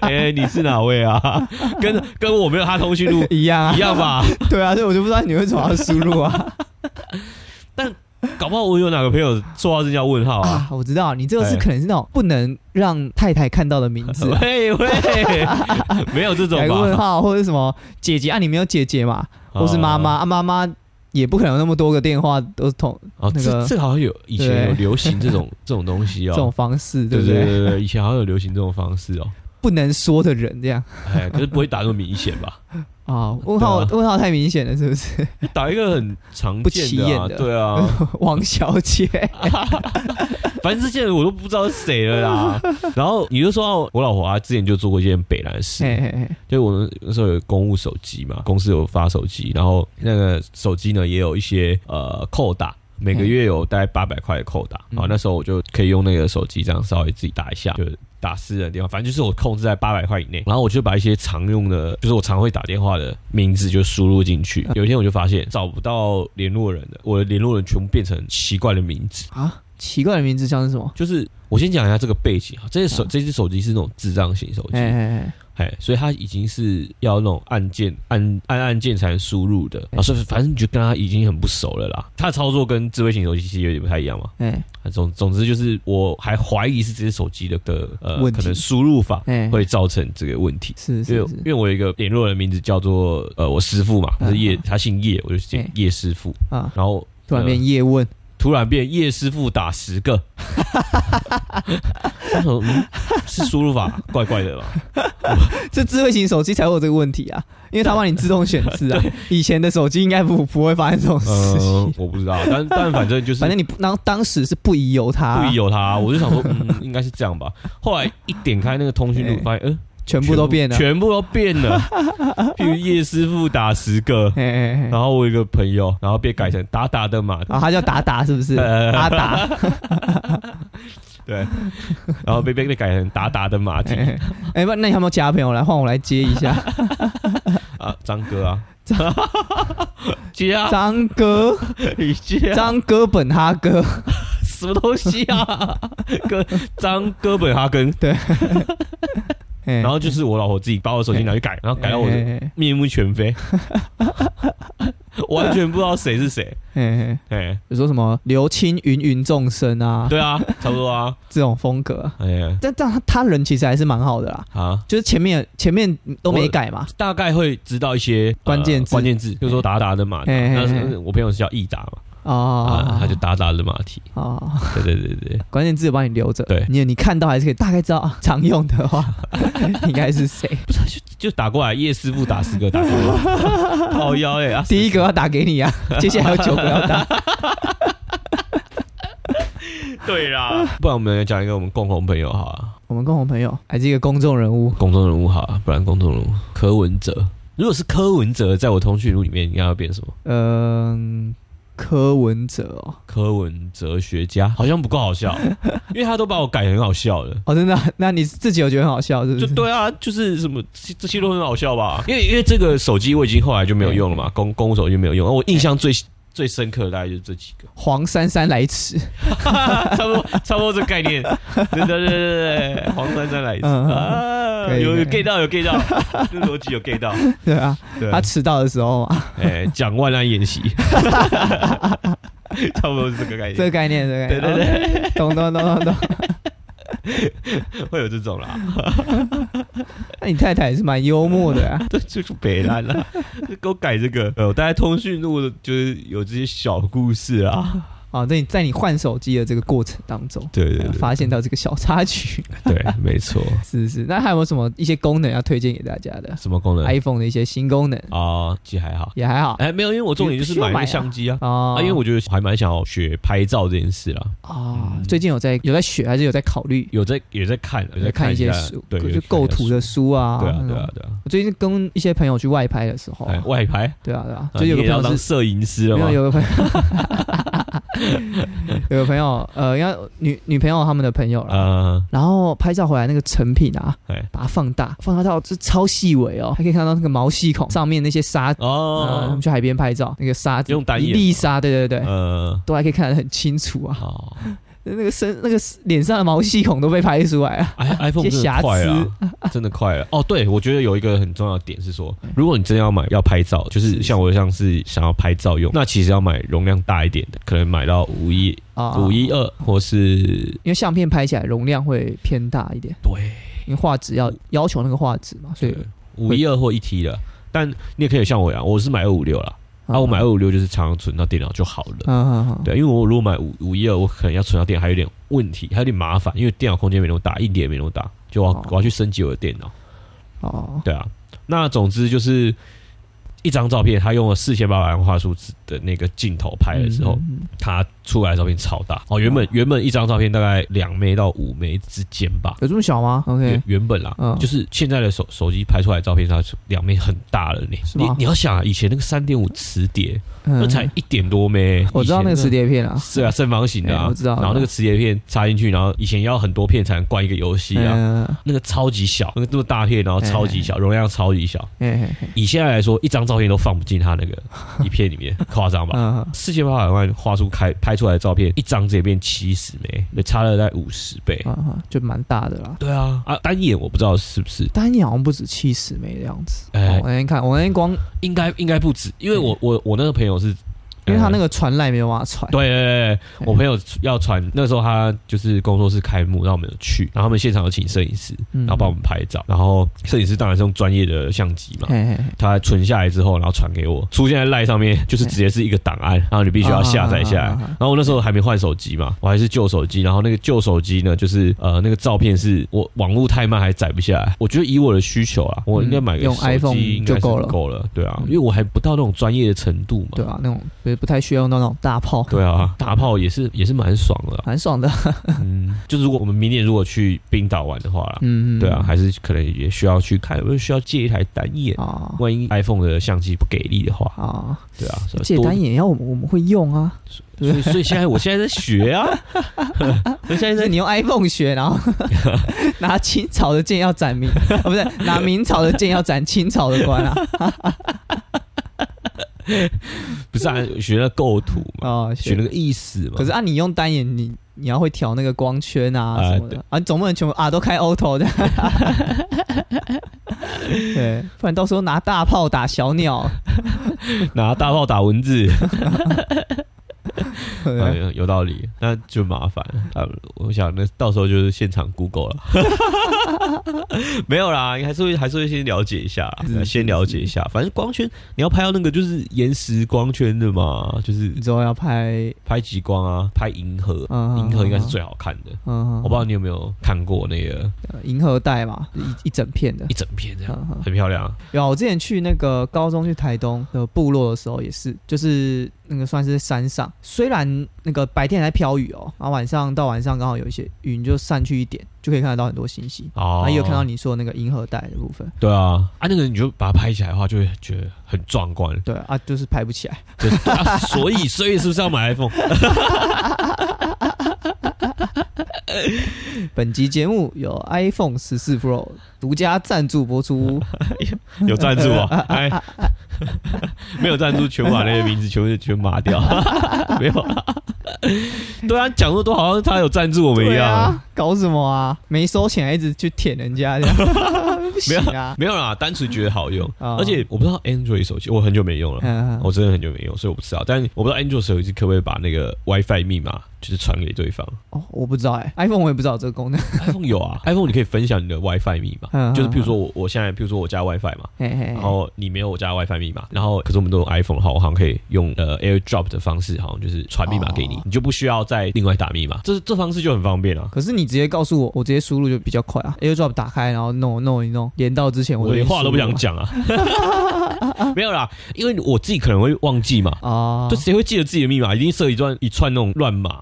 S1: 哎，你是哪位啊？跟跟我没有他通讯 录
S2: 一样啊
S1: 一，样吧？
S2: 对啊，所以我就不知道你会怎么输入啊。
S1: 搞不好我有哪个朋友绰号是叫问号啊？
S2: 啊，我知道你这个是
S1: 哎
S2: 可能是那种不能让太太看到的名字、啊，
S1: 喂喂，没有 这
S2: 打
S1: 种
S2: 个问
S1: 吧？
S2: 号或者什么姐姐啊，你没有姐姐嘛，或是妈妈
S1: 啊
S2: 啊，妈妈也不可能有那么多个电话都是同
S1: 哦，
S2: 那
S1: 这
S2: 个
S1: 这个好像有以前
S2: 对
S1: 有流行这种这种东西
S2: 这
S1: 哦，
S2: 种方式，对
S1: 对
S2: 不
S1: 对
S2: 对？
S1: 对对，以前好像有流行这种方式哦，
S2: 不能说的人这样
S1: 哎，可是不会打那么明显吧？
S2: 啊，问号、
S1: 对
S2: 问号太明显了，是不是？
S1: 打一个很常见
S2: 不起
S1: 的、啊，
S2: 眼的
S1: 对啊，
S2: 王小姐，
S1: 反正这些人我都不知道是谁了啦。然后你就说到我老婆啊，之前就做过一件北兰事，
S2: 嘿嘿嘿，
S1: 就是我们那时候有公务手机嘛，公司有发手机，然后那个手机呢也有一些呃扣打。每个月有大概八百块的扣打，
S2: 嗯
S1: 然后那时候我就可以用那个手机这样稍微自己打一下，就打私人电话，反正就是我控制在八百块以内。然后我就把一些常用的，就是我常会打电话的名字就输入进
S2: 嗯
S1: 去。有一天我就发现找不到联络人了，我的联络人全部变成奇怪的名字。
S2: 啊，奇怪的名字像是什么？
S1: 就是我先讲一下这个背景啊，这些手、
S2: 嗯
S1: 这只手机是那种智障型手机，
S2: 哎哎哎，
S1: 哎，所以他已经是要那种按键按按按键才能输入的，啊，所以反正你就跟他已经很不熟了啦。他的操作跟智慧型手机其实有点不太一样嘛。
S2: 哎
S1: 啊总总之就是，我还怀疑是这些手机的的呃，
S2: 问题
S1: 可能输入法
S2: 哎，
S1: 会造成这个问题。
S2: 是
S1: 因为
S2: 是是
S1: 因，为我有一个联络人名字叫做呃我师傅嘛，他是
S2: 嗯
S1: 叶，他姓叶，我就写
S2: 哎
S1: 叶师傅。
S2: 啊，
S1: 然后
S2: 突然
S1: 呃
S2: 变叶问，
S1: 突然变叶师傅打十 个，我想说嗯是输入法怪怪的吧？
S2: 这智慧型手机才会有这个问题啊，因为它帮你自动选 字啊，以前的手机应该不不会发生这种事
S1: 呃
S2: 情，，
S1: 我不知道， 但但反正就是
S2: 反正你不当当时是不疑有他啊，
S1: 不疑有他，我就想说，嗯，应该是这样吧。后来一点开那个通讯录
S2: 哎，
S1: 发现，嗯，
S2: 全部都变了，
S1: 全部都变 了。譬如叶师傅打十个，
S2: 哎哎哎，
S1: 然后我有一个朋友，然后被改成打打的嘛，
S2: 然后啊他叫达达是 不是？
S1: 呃
S2: 达达，
S1: 对，然后被被被改成打打的马蹄
S2: 哎 哎不，那你有没有其他朋友来换我来接一 下？
S1: 啊，张哥啊， 接啊，
S2: 张哥，
S1: 你接啊，
S2: 张哥本哈哥，
S1: 什么东西 啊？哥，张哥本哈根，
S2: 哎
S1: 然后就是我老婆自己把我手机拿去改，然后改到我的
S2: 哎哎
S1: 面目全非， 完全不知道谁是谁。
S2: 哎哎哎
S1: 哎，
S2: 有说什么刘青芸芸众生啊，
S1: 对啊，差不多啊。
S2: 这种风格啊，
S1: 哎呀，
S2: 但但他他人其实还是蛮好的啦，
S1: 啊，
S2: 就是前面前面都没改嘛，
S1: 大概会知道一些呃
S2: 关键字
S1: 关键字，比如说达达的马蹄，
S2: 哎哎哎
S1: 那是我朋友是叫益达嘛，啊
S2: 哦，，
S1: 他就达达的马蹄。
S2: 哦，
S1: 对对对对，
S2: 关键字帮你留着，
S1: 对
S2: 你你看到还是可以大概知道啊，常用的话 应该 是谁，
S1: 就打过来，叶师傅打十个，打过来， 好妖哎、啊！
S2: 第一个要打给你啊，接下来有九个 要打，
S1: 对啦，不然我们来讲一个我们共同朋友好了。
S2: 我们共同朋友还是一个公众人物，
S1: 公众人物好，啊不然公众人物柯文哲。如果是柯文哲，在我通讯录里面应该要变什么？
S2: 嗯、柯文哲哦，
S1: 柯文哲学家好像不够好 笑，因为他都把我改很好笑了。
S2: 哦真的啊、 那你自己有觉得很好笑是不？
S1: 就是对啊，就是什么这这些都很好笑 吧？因为因为这个手机我已经后来就没有用了嘛，公公务手机没有用。我印象最最深刻的大概就是这 几个，
S2: 黄珊珊来迟，
S1: 差不多差不多这个概念。对对对对对，黄珊珊来一次
S2: 嗯嗯嗯
S1: 啊，
S2: 可以
S1: 有有
S2: 可以
S1: get 到有 get 到， 这逻辑有 get 到。
S2: 对啊，
S1: 对，
S2: 他迟到的时候嘛，
S1: 哎，讲万安 演习，差不多是这个概念，
S2: 这个概念，这个概念，
S1: 对
S2: 对，懂懂懂懂懂。
S1: 会有这种啦，
S2: 那你太太也是蛮幽默 的 啊，
S1: 这就是北兰 啦，就给我改这个，呃，我大概通讯录的就是有这些小故事啊，
S2: 哦，在你在你换手机的这个过程当中，
S1: 对对对
S2: 发现到这个小插曲，
S1: 对，没错，
S2: 是是。那还有没有什么一些功能要推荐给大家的
S1: 什么功能
S2: ？iPhone 的一些新功能
S1: 啊？其实还好，
S2: 也还好
S1: 哎，没有，因为我重点就是买那个相机啊。
S2: 哦
S1: 啊，因为我觉得还蛮想要学拍照这件事啦，
S2: 啊，最近有在有在学，还是有在考虑，
S1: 有在有在看，有
S2: 有在
S1: 在
S2: 看一些
S1: 下
S2: 书，
S1: 对，有
S2: 就
S1: 在看
S2: 构
S1: 一下
S2: 图的书啊，
S1: 书，对啊
S2: 那
S1: 对啊
S2: 种。
S1: 对啊，
S2: 我最近跟一些朋友去外拍的时候啊，
S1: 哎，外拍，
S2: 对啊对啊，
S1: 啊
S2: 就有
S1: 你
S2: 个
S1: 也要
S2: 朋友
S1: 当
S2: 是。
S1: 摄影师了
S2: 没
S1: 吗
S2: 有？有个朋友， 有个朋友，呃，应该女女朋友他们的朋友了，
S1: 呃，
S2: 然后拍照回来那个成品啊
S1: 哎，
S2: 把它放大，放大到这超细微哦，还可以看到那个毛细孔上面那些沙。呃，他
S1: 哦
S2: 们，去海边拍照，那个沙子
S1: 用单眼
S2: 一粒沙，对对对，
S1: 呃，哦
S2: 都还可以看得很清楚嗯啊。
S1: 好
S2: 那个身那个脸上的毛细孔都被拍出来啊。
S1: ，i 哎 iPhone
S2: 一
S1: 真的
S2: 些瑕
S1: 快了 啊，真的快了。哦，对，我觉得有一个很重要的点是说，如果你真的要买要拍照，就是像我像是想要拍照用，那其实要买容量大一点的，可能买到五一
S2: 啊，
S1: 五一，二或是
S2: 因为相片拍起来容量会偏大一点，
S1: 对
S2: 因为画质要要求那个画质嘛，所以
S1: 对五一二或一 T 的，但你也可以像我一样，我是买二五六啦，啊，我买二五六就是常常存到电脑就好了。
S2: 嗯嗯嗯，
S1: 对，因为我如果买五五一二，我可能要存到电脑还有点问题，还有点麻烦，因为电脑空间没那么大，硬碟也没那么大，就我要、
S2: 哦
S1: 我要去升级我的电脑。
S2: 哦，
S1: 对啊，那总之就是一张照片，他用了四千八百万画素的那个镜头拍了之后，
S2: 嗯，嗯
S1: 他出来的照片超大哦。原本原本一张照片大概两枚到五枚之间吧，
S2: 有这么小吗？OK，
S1: 原原本啦，
S2: 嗯
S1: 就是现在的手手机拍出来的照片，它是两枚很大了呢。
S2: 是
S1: 你
S2: 吗
S1: 你要想啊，以前那个三点五磁碟，那
S2: 嗯
S1: 才一点多枚，
S2: 我知道那个
S1: 以前
S2: 磁。碟片啊，
S1: 是啊，正方形的啊，
S2: 哎我知道
S1: 然后那个磁碟片插进去，然后以前要很多片才能灌一个游戏啊，
S2: 嗯，
S1: 那个超级小，那个那么大片，然后超级小，容量超级小，
S2: 哎哎哎，
S1: 以现在来 说，一张照片都放不进他那个一片里面，夸张吧？
S2: 嗯，
S1: 四千八百万画素开拍拍出来的照片，一张直接变七十枚，对，差了大概五十倍。
S2: 啊哈，就蛮大的啦。
S1: 对啊，啊，单眼我不知道是不是，
S2: 单眼好像不止七十枚的样子。
S1: 哎
S2: 哦我那天看，我那天光，因
S1: 应该应该不止，因为我我我那个朋友是，
S2: 为他那
S1: 个。
S2: 个传赖没有办法传。
S1: 对对对
S2: 嗯
S1: 对，我朋友要传，那时候他就是工作室开幕，让我们有去，然后他们现场有请摄影师，
S2: 嗯，
S1: 然后帮我们拍照，然后摄影师当然是用专业的相机嘛，
S2: 嘿嘿嘿，
S1: 他存下来之后，然后传给我，出现在赖上面，就是直接是一个档案，然后你必须要下载下来。
S2: 啊啊啊啊啊
S1: 然后我那时候还没换手机嘛，我还是旧手机，然后那个旧手机呢，就是呃那个照片是我网络太慢还载不下来。我觉得以我的需求啊，我应该买个
S2: 嗯用
S1: 手
S2: iPhone
S1: 机应该
S2: 就是够了
S1: 够了，对啊，
S2: 嗯
S1: 因为我还不到那种专业的程度嘛。
S2: 对啊，那种不不太需要用到那种大炮，
S1: 对啊，打炮也是也是蛮爽的啊、
S2: 蛮爽的。
S1: 嗯，就是如果我们明年如果去冰岛玩的话啦，
S2: 嗯，嗯
S1: 对啊，还是可能也需要去看，有没有需要借一台单眼。
S2: 啊
S1: 万一 iPhone 的相机不给力的话，
S2: 啊，
S1: 对啊，所以
S2: 借
S1: 多
S2: 单眼要我们我们会用啊，
S1: 所以所以现在我现在在学 啊，我现在
S2: 就是
S1: 在
S2: 你用 iPhone 学， 然后拿清朝的剑要斩明，啊不是拿明朝的剑要斩清朝的 官啊，
S1: 不是、啊、学那构图嘛，
S2: 哦，
S1: 学
S2: 学
S1: 那个意思嘛。
S2: 可是啊，你用单眼，你你要会调那个光圈啊
S1: 啊
S2: 什么的啊，你总不能全部啊都开 auto 的，对，不然到时候拿大炮打小
S1: 哎
S2: 鸟，
S1: 拿大炮打蚊子，
S2: 对啊
S1: 哎呦有道理，那就麻烦啊。我想那到时候就是现场 Google 了， 没有啦，还是会还是会先了解一下啦
S2: 是是，
S1: 先了解一下。反正光圈你要拍到那个就是延时光圈的嘛，就是
S2: 你之后要拍，
S1: 拍极光啊，拍银河，
S2: 嗯
S1: 银河应该是
S2: 嗯
S1: 最好看的。
S2: 嗯，
S1: 我不知道你有没有看过那个
S2: 银河带嘛，一一整片的
S1: 一。整片这样，
S2: 嗯嗯
S1: 很漂亮啊。
S2: 有啊，我之前去那个高中去台东的部落的时候，也是，就是那个算是山上，虽然那个白天还在飘雨哦，然后晚上到晚上刚好有一些云就散去一点，就可以看得到很多星星，然
S1: 哦
S2: 啊后也有看到你说的那个银河带的部分。
S1: 对啊，啊，那个你就把它拍起来的话，就会觉得很壮观。
S2: 对啊，就是拍不起来。
S1: 就是 对啊所以，所以是不是要买 iPhone？
S2: 本集节目由 iPhone 十四 Pro 独家赞助 播出。
S1: 有赞助啊？哎，没有赞助，全把那个名字全部全抹掉。没有啊。对啊，讲的都好像他有赞助我们一
S2: 对
S1: 样。
S2: 啊，搞什么啊？没收钱还一直去舔人家， 这样不
S1: 没
S2: 行
S1: 有
S2: 啊！
S1: 没有啦，单纯觉得好用，
S2: 哦
S1: 而且我不知道 Android 手机，我很久没用了，
S2: 嗯
S1: 我真的很久没用，所以我不知道。但我不知道 Android 手机可不可以把那个 WiFi 密码就是传给对方。
S2: 哦，我不知道哎、i p h o n e 我也不知道有这个功能。
S1: iPhone 有啊，iPhone 你可以分享你的 WiFi 密码，
S2: 嗯
S1: 就是譬如说我我现在譬如说我加 WiFi 嘛，
S2: 嘿嘿嘿
S1: 然后你没有我家的 WiFi 密码，然后可是我们都用 iPhone 的话，我好像可以用呃 AirDrop 的方式，好像就是传密码给你，
S2: 哦
S1: 你就不需要再另外打密码，这这方式就很方便啊。
S2: 可是你直接告诉我，我直接输入就比较快啊。AirDrop 打开，然后弄弄一弄，连到之前
S1: 我
S2: 就已
S1: 连
S2: 经
S1: 话都不
S2: 输入
S1: 想
S2: 了
S1: 讲啊，没有啦，因为我自己可能会忘记嘛。
S2: 啊
S1: 就谁会记得自己的密码？一定设一段一串那种乱 码，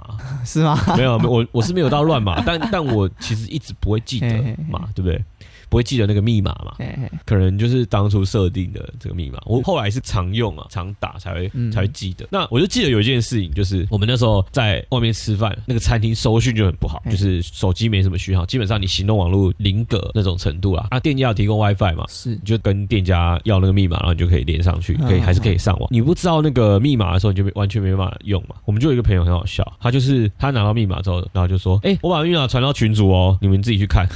S2: 是吗？
S1: 没有，没有啊我我是没有到乱码，但但我其实一直不会记得
S2: 嘿嘿嘿
S1: 嘛，对不对？不会记得那个密码嘛，
S2: 嘿嘿
S1: 可能就是当初设定的这个密码，我后来是常用啊，常打才会、
S2: 嗯
S1: 才会记得。那我就记得有一件事情，就是我们那时候在外面吃饭，那个餐厅收讯就很不好，
S2: 嗯
S1: 就是手机没什么讯号，基本上你行动网络零格那种程度啦。啊，店家有提供 WiFi 嘛？
S2: 是
S1: 你就跟店家要那个密码，然后你就可以连上去，
S2: 嗯
S1: 可以
S2: 嗯
S1: 还是可以上网。你不知道那个密码的时候，你就没完全没办法用嘛。我们就有一个朋友很好笑，他就是他拿到密码之后，然后就说：“哎、我把密码传到群主哦，你们自己去 看。”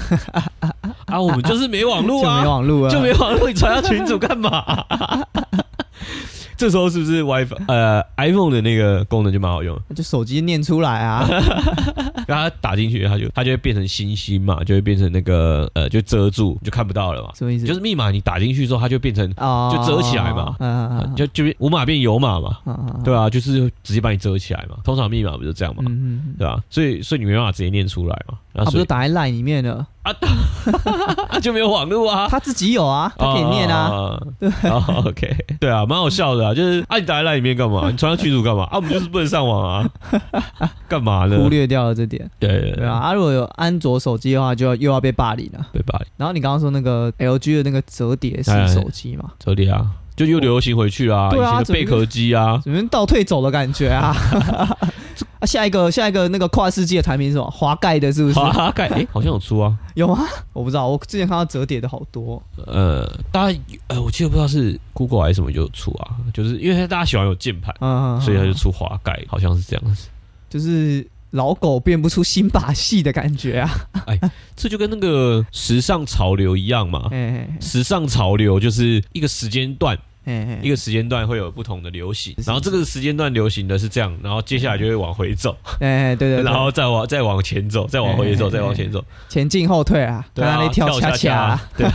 S1: 啊，我们就是没网
S2: 就
S1: 络啊，
S2: 没网路啊，
S1: 就没网络，你传到群主干嘛？ 这时候是不是 WiFi 呃 iPhone 的那个功能就蛮好用的？
S2: 就手机念出来啊。
S1: 然后它打进去，它就它就会变成星星嘛，就会变成那个呃就遮住，你就看不到了嘛。
S2: 什么意思？
S1: 就是密码你打进去之后，它就变成、
S2: 哦，
S1: 就遮起来嘛
S2: 嗯，嗯
S1: 呃
S2: 嗯，
S1: 就就变无码变有码嘛，
S2: 嗯
S1: 对
S2: 吧？
S1: 啊，就是直接把你遮起来嘛。通常密码不就这样嘛，
S2: 嗯嗯，嗯
S1: 对啊，所以所以你没办法直接念出来嘛，然后
S2: 他不
S1: 所以
S2: 是、打在 line 里面了，
S1: 啊 就没有网络啊。
S2: 他自己有啊，他可以念啊。
S1: 哦，对、哦、，OK，对啊，蛮好笑的啊，就是啊，你打在那里面干嘛？你传到群主干嘛？啊，我们就是不能上网啊， 干嘛呢？
S2: 忽略掉了这点，
S1: 对对
S2: 对啊，，啊如果有安卓手机的话，就要又要被霸凌了。
S1: 对吧？
S2: 然后你刚刚说那个 LG 的那个折叠式
S1: 哎
S2: 手机嘛，
S1: 这里啊，就又流行回去啊，
S2: 对啊
S1: 以前的贝壳机啊，
S2: 怎么倒退走的感觉 啊？啊，下一个下一个那个跨世纪的产品是什么？滑盖的，是不是？
S1: 滑盖，哎、好像有出啊，
S2: 有吗？我不知道，我之前看到折叠的好多。
S1: 呃，大家呃，我记得不知道是 Google 还是什么就有出啊，就是因为大家喜欢有键盘，
S2: 嗯，嗯嗯
S1: 所以他就出滑盖，好像是这样子。
S2: 就是老狗变不出新把戏的感觉啊。
S1: 这就跟那个时尚潮流一样嘛。
S2: 哎
S1: 时尚潮流就是一个时间段，
S2: 哎
S1: 一个时间段会有不同的流行，
S2: 是
S1: 然后这个时间段流行的是这样，然后接下来就会往回走，
S2: 哎，对对对，
S1: 然后再往再往前走，再往回走，
S2: 哎
S1: 再往前走，
S2: 前进后退啊，
S1: 对
S2: 刚
S1: 啊，
S2: 刚那跳恰
S1: 恰
S2: 恰啊，，
S1: 对，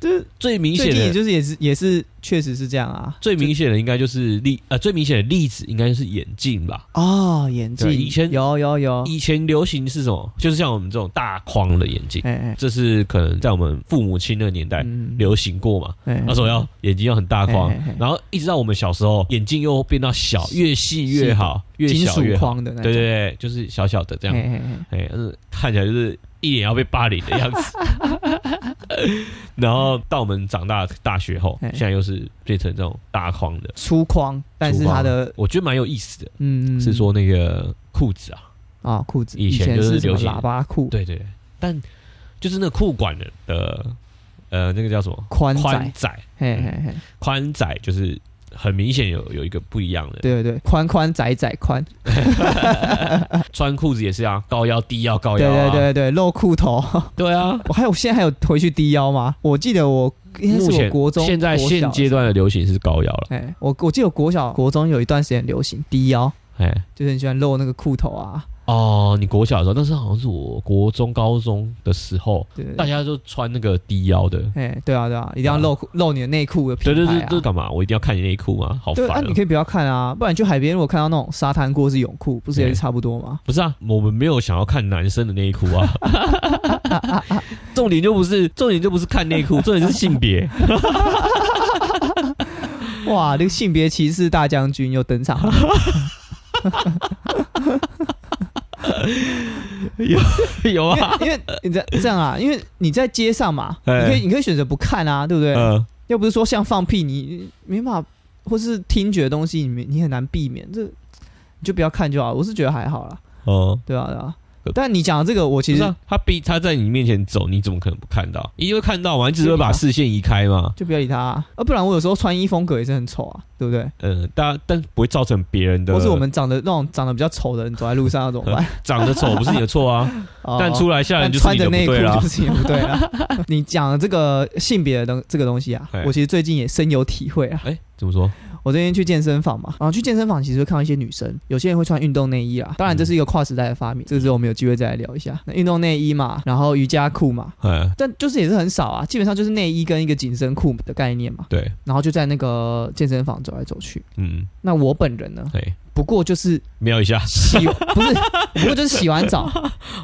S2: 就是
S1: 最明
S2: 最
S1: 显
S2: 近
S1: 的。
S2: 就是也是也是确实是这样啊。
S1: 最明显的应该就是例呃，最明显的例子应该就是眼镜吧。
S2: 哦，眼镜
S1: 对啊以前
S2: 有有有，
S1: 以前流行是什么？就是像我们这种大框的眼镜，
S2: 哎哎，
S1: 这是可能在我们父母亲那个年代
S2: 嗯
S1: 流行过嘛。
S2: 哎
S1: 那时候要眼睛要很大框
S2: 哎哎哎，
S1: 然后一直到我们小时候，眼镜又变到小，越细越好，越
S2: 金
S1: 小
S2: 属
S1: 越好。
S2: 框的那
S1: 对对
S2: 种，
S1: 对，就是小小的这样，
S2: 哎哎哎
S1: 哎，但是看起来就是一脸要被霸凌的样子。 然后到我们长大大学后，
S2: 哎
S1: 现在又是变成这种大框的，
S2: 粗框，但是它的
S1: 我觉得蛮有意思的，
S2: 嗯
S1: 是说那个裤子啊，
S2: 啊裤子
S1: 以前
S2: 前
S1: 就是
S2: 是什么
S1: 流行
S2: 喇叭裤，
S1: 对对，但就是那个裤管的的呃那个叫什么
S2: 宽
S1: 宽嗯
S2: 窄，
S1: 窄，
S2: 嘿嘿嘿，
S1: 宽窄就是很明显有有一个不一样的。
S2: 对对对，宽宽窄窄宽，
S1: 穿裤子也是啊，高腰、低腰、高
S2: 对
S1: 腰、啊，
S2: 对对对，露裤头。
S1: 对啊。
S2: 我还有现在还有回去低腰吗？我记得我应该
S1: 目
S2: 是
S1: 前
S2: 我国中
S1: 现在
S2: 国小
S1: 现阶段的流行是高腰了，
S2: 哎、我我记得我国小国中有一段时间流行低腰，
S1: 哎，
S2: 就是很喜欢露那个裤头啊，
S1: 哦，你国小的时候，但是好像是我国中、高中的时候，
S2: 对对
S1: 大
S2: 对，
S1: 家都穿那个低腰的，
S2: 哎、对啊对啊，一定要露裤露你的内裤的品
S1: 对对
S2: 牌
S1: 对
S2: 啊。
S1: 对，干嘛？我一定要看你内裤吗？好
S2: 对
S1: 烦
S2: 啊，
S1: 哦
S2: 你可以不要看啊，不然你去海边，如果看到那种沙滩裤或是泳裤，不是也
S1: 哎
S2: 是差不多 吗？
S1: 不是啊，我们没有想要看男生的内裤啊， 重点就不是重点就不是看内裤，重点是性别。
S2: 哇，这个性别歧视大将军又登场了，
S1: 有
S2: 因
S1: 啊，
S2: 为因为你在这样啊，因为你在街上嘛，你
S1: 哎
S2: 可以你可以选择不看啊，对不对？
S1: 嗯，
S2: 又不是说像放屁，你没办法，或是听觉的东西，你没你很难避免，这你就不要看就好了。我是觉得还好啦，
S1: 哦，
S2: 对啊对啊
S1: 可。
S2: 但你讲的这个，我
S1: 其
S2: 其
S1: 实
S2: 实
S1: 啊他逼他在你面前走，你怎么可能不看到？一定会看到嘛，你只是会把视线移开 嘛。
S2: 就不要理他啊，啊不然我有时候穿衣风格也是很丑啊，对不对？
S1: 嗯，大家但不会造成别人的，
S2: 或是我们长得那种长得比较丑的人走在路上要怎么办？
S1: 长得丑不是你的错啊，
S2: 哦
S1: 但出来吓人
S2: 但
S1: 就是
S2: 穿
S1: 你
S2: 着
S1: 的不
S2: 内裤
S1: 对啦
S2: 就。是也不对了。 你讲的这个性别的东这个东西啊
S1: 嘿，
S2: 我其实最近也深有体会啊。
S1: 哎，怎么说？
S2: 我最近去健身房嘛，然后哦去健身房其实会看到一些女生，有些人会穿运动内衣啊。当然这是一个跨时代的发明，这个之后我们有机会再来聊一下。那运动内衣嘛，然后瑜伽裤嘛，
S1: 哎，
S2: 但就是也是很少啊，基本上就是内衣跟一个紧身裤的概念嘛。
S1: 对，
S2: 然后就在那个健身房走来走去。
S1: 嗯，
S2: 那我本人呢，
S1: 哎，
S2: 不过就是
S1: 瞄一 下
S2: 洗，不是，不过就是洗完澡，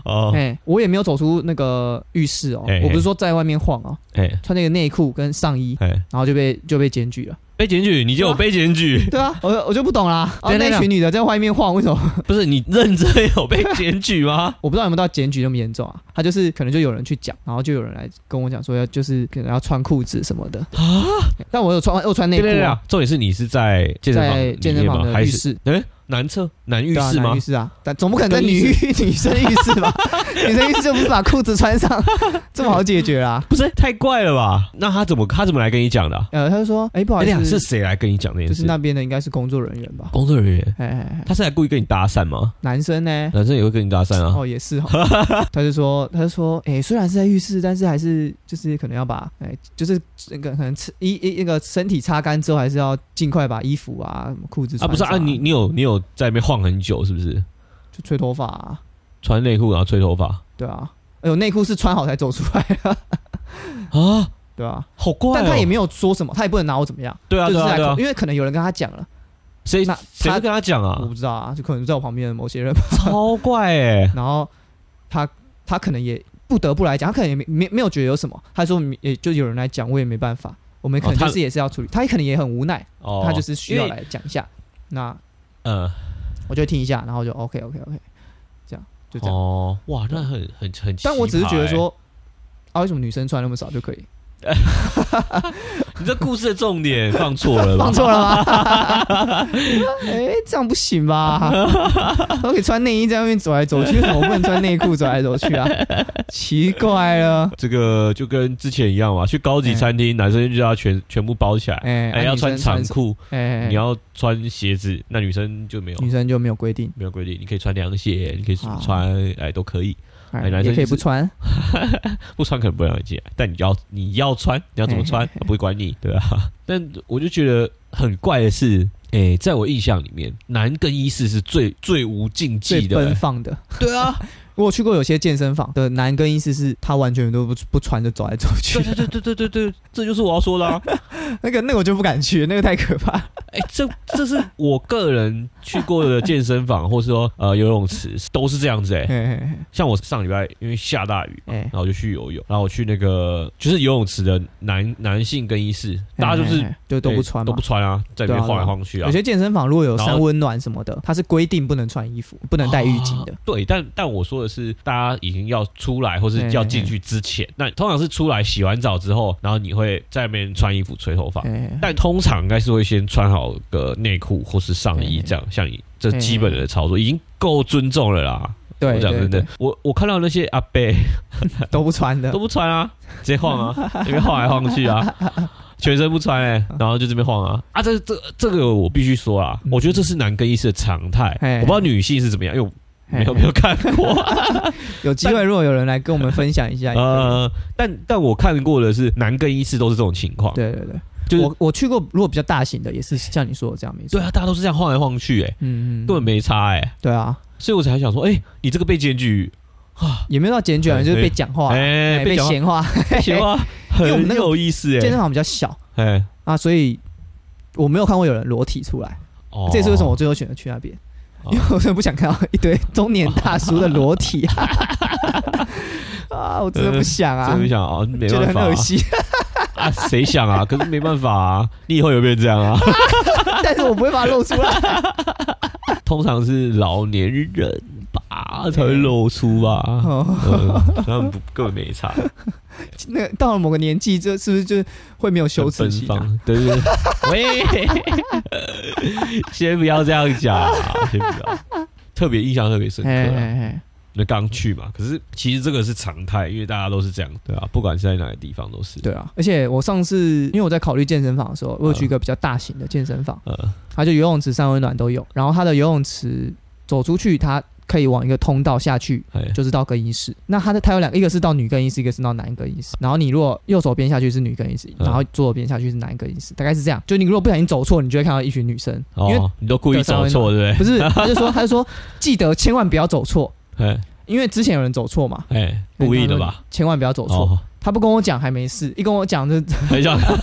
S1: 哦，
S2: 哎、我也没有走出那个浴室哦，
S1: 哎
S2: 我不是说在外面晃哦，
S1: 哎
S2: 穿那个内裤跟上衣，
S1: 哎，
S2: 然后就被就被检举了。
S1: 被检举，你就有被检举，
S2: 对啊，我我就不懂啦，啊、
S1: 对对
S2: 那
S1: 对
S2: 群女的在外面晃，为什么？
S1: 不是你认真有被检举 吗？
S2: 我不知道有没有到检举那么严重啊？他就是可能就有人去讲，然后就有人来跟我讲说要就是可能要穿裤子什么的啊，但我有穿我有穿内
S1: 对
S2: 裤
S1: 对对
S2: 啊，
S1: 啊，重点是你是在健身房
S2: 在健身
S1: 里面
S2: 房
S1: 吗？
S2: 的
S1: 还
S2: 浴
S1: 是
S2: 室。
S1: 哎男厕男浴
S2: 对啊
S1: 室
S2: 男
S1: 吗
S2: 浴？室啊，但总不可能在
S1: 更
S2: 女
S1: 衣
S2: 浴女 生浴室 吧？女生浴室就不是把裤子穿上， 这么好解决啊啦？
S1: 不是，太怪了吧？那他怎么他怎么来跟你讲的啊？
S2: 呃，他就说，哎、不好
S1: 哎
S2: 意
S1: 呀，
S2: 思
S1: 是，谁来跟你讲这件
S2: 就是
S1: 事？
S2: 那边的应该是工作人员吧？
S1: 工作人员，
S2: 哎哎哎，
S1: 他是来故意跟你搭讪吗？
S2: 男生呢？
S1: 男生也会跟你搭讪啊？
S2: 哦， 也是哈，他就说，他就说，哎、虽然是在浴室，但是还是就是可能要把，哎、就是那个可能吃衣一那个身体擦干之后，还是要尽快把衣服啊、什么裤子
S1: 啊，
S2: 穿
S1: 不是
S2: 上
S1: 啊，你你有你有在那边晃很久是不是？
S2: 就吹头发、啊，
S1: 穿内裤然后吹头发
S2: 对啊，哎呦，内裤是穿好才走出来的，
S1: 啊，
S2: 对啊，
S1: 好怪、哦。
S2: 但他也没有说什么，他也不能拿我怎么样，
S1: 对啊
S2: 就
S1: 对
S2: 是
S1: 啊
S2: 来
S1: 对啊
S2: 口，，因为可能有人跟他讲了，
S1: 谁
S2: 那
S1: 谁
S2: 他
S1: 会跟他讲
S2: 我
S1: 啊？
S2: 不知道啊，就可能在我旁边的某些人吧，
S1: 超怪哎、
S2: 然后他他可能也不得不来讲，他可能也没没没有觉得有什么，他说也就有人来讲，我也没办法。我们可能
S1: 哦他
S2: 就是也是要处理，他可能也很无奈，
S1: 哦，
S2: 他就是需要
S1: 因为
S2: 来讲一下。那
S1: 嗯、
S2: 我就听一下，然后就 OK OK OK，这样就这样。
S1: 哦，哇，那很很欸很、
S2: 但我只是觉得，说，啊，为什么女生穿那么少就可以？
S1: 你这故事的重点放错了吧
S2: 放？错了 吗？哎、这样不行吧？都可以穿内衣在外面走来走去，为什么不能穿内裤走来 走去啊？奇怪了，
S1: 这个就跟之前一样嘛，去高级餐厅，男生就要全全部包起来，
S2: 哎
S1: 哎，
S2: 啊
S1: 要
S2: 女
S1: 穿
S2: 生
S1: 长
S2: 穿什
S1: 裤，
S2: 哎、
S1: 你要穿鞋子，那女生就没有
S2: 女生就没有规定，
S1: 没有规定，你可以穿凉鞋，你可以
S2: 好
S1: 穿哎都可以，哎
S2: 哎
S1: 男生
S2: 也可以
S1: 就是
S2: 不穿，
S1: 不穿可能不会让你进来，但你要你要穿，你要怎么 穿，
S2: 嘿嘿
S1: 他不会管你，对啊。 但我就觉得很怪的是，哎、在我印象里面，男更衣室是最最无禁
S2: 最
S1: 忌的、
S2: 奔
S1: 欸
S2: 放的。对啊，我有去过有些健身房的男更衣室是他完全都不不穿就走来走去
S1: 对，对对对对对对，这就是我要说的、啊。
S2: 那个那个我就不敢去，那个太可怕。
S1: 哎、这这是我个人去过的健身房， 或是说呃游泳池，都是这样子哎、
S2: 嘿嘿嘿
S1: 像我上礼拜因为下大雨，
S2: 哎、
S1: 然后我就去游泳，然后我去那个就是游泳池的男男性更衣室，大家就是
S2: 嘿嘿嘿就都不
S1: 哎
S2: 穿
S1: 都
S2: 嘛
S1: 不。穿啊，在里面
S2: 对啊
S1: 晃来
S2: 对啊
S1: 晃去啊。
S2: 有些健身房如果有
S1: 然后
S2: 三温暖什么的，它是规定不能穿衣服，不能戴浴巾的
S1: 啊。对，但但我说的是，大家已经要出来或是要进去之前，那通常是出来洗完澡之后，然后你会在那边穿衣服、吹头发，
S2: 哎、
S1: 哦但通常应该是会先穿好个内裤或是上衣，
S2: 嘿
S1: 这样像你这基本的操作已经够尊重了啦。
S2: 对
S1: 我讲
S2: 对
S1: 真的
S2: 对，，
S1: 我我看到那些阿伯
S2: 都不穿的
S1: 都。不穿啊，直接晃啊，那边晃来晃去啊。全身不穿哎、然后就这边晃啊啊！这这这个我必须说啊，
S2: 嗯
S1: 我觉得这是男更衣室的常态，
S2: 嘿
S1: 我不知道女性是怎么样，因为我没有
S2: 嘿
S1: 没有看 过。
S2: 有机会，如果有人来跟我们分享一下，
S1: 呃，但但我看过的是男更衣室都是这种情况，，
S2: 对对对，
S1: 就是
S2: 我我去过，如果比较大型的，也是像你说的这样，没错。
S1: 对啊，大家都是这样晃来晃去、欸，哎，
S2: 嗯，嗯嗯，
S1: 根本没差、欸，哎，
S2: 对啊，
S1: 所以我才想说，哎、你这个被检举，
S2: 也没有到检举啊，
S1: 哎
S2: 就是被讲话，
S1: 哎、
S2: 哎
S1: 被
S2: 被
S1: 讲话
S2: 闲话。
S1: 被 闲话，
S2: 因为我
S1: 很
S2: 们那个
S1: 有意思、
S2: 健
S1: 欸，
S2: 身
S1: 哎，
S2: 房比较小
S1: 哎，
S2: 啊，所以我没有看过有人裸体出来，
S1: 哦
S2: 这也是为什么我最后选择去那边。
S1: 哦
S2: 因为我真的不想看到一堆中年大叔的裸体啊！ 啊，我真的不想啊
S1: 呃真，的想 哦，没
S2: 觉得
S1: 办
S2: 很
S1: 法
S2: 恶心。
S1: 啊，谁、想啊？可是没办法 啊，你以后也会变这样啊。
S2: 但是我不会把它露出来。
S1: 通常是老年人吧才会露出吧，
S2: 哦
S1: 嗯，他们不根本没差，
S2: 那到了某个年纪，这是不是就会没有羞耻
S1: 很
S2: 心
S1: 奔
S2: 啊？
S1: 放，对 对对，喂， 先不要这样讲 啊，先不要。特别印象特别深刻
S2: 哎
S1: 啊、
S2: 哎哎，
S1: 那刚去嘛，可是其实这个是常态，因为大家都是这样，对啊，不管是在哪个地方都是。
S2: 对啊，而且我上次因为我在考虑健身房的时候，
S1: 嗯
S2: 我有去一个比较大型的健身房，
S1: 呃，
S2: 它就游泳池、三温暖都有。然后它的游泳池走出去，它可以往一个通道下去，
S1: 哎，
S2: 就是到更衣室。那它的它有两个，一个是到女更衣室，一个是到男更衣室。然后你如果右手边下去是女更衣室，
S1: 嗯
S2: 然后左手边下去是男更衣室，大概是这样。就你如果不小心走错，你就会看到一群女 生，因为
S1: 哦，你都故意走错，对
S2: 不是，他就说他就说记得千万不要走错，
S1: 不对？哎
S2: 因为之前有人走错嘛，
S1: 哎，故意的吧？
S2: 千万不要走错。
S1: 哦，
S2: 他不跟我讲还没事，一跟 我讲就，
S1: 很想很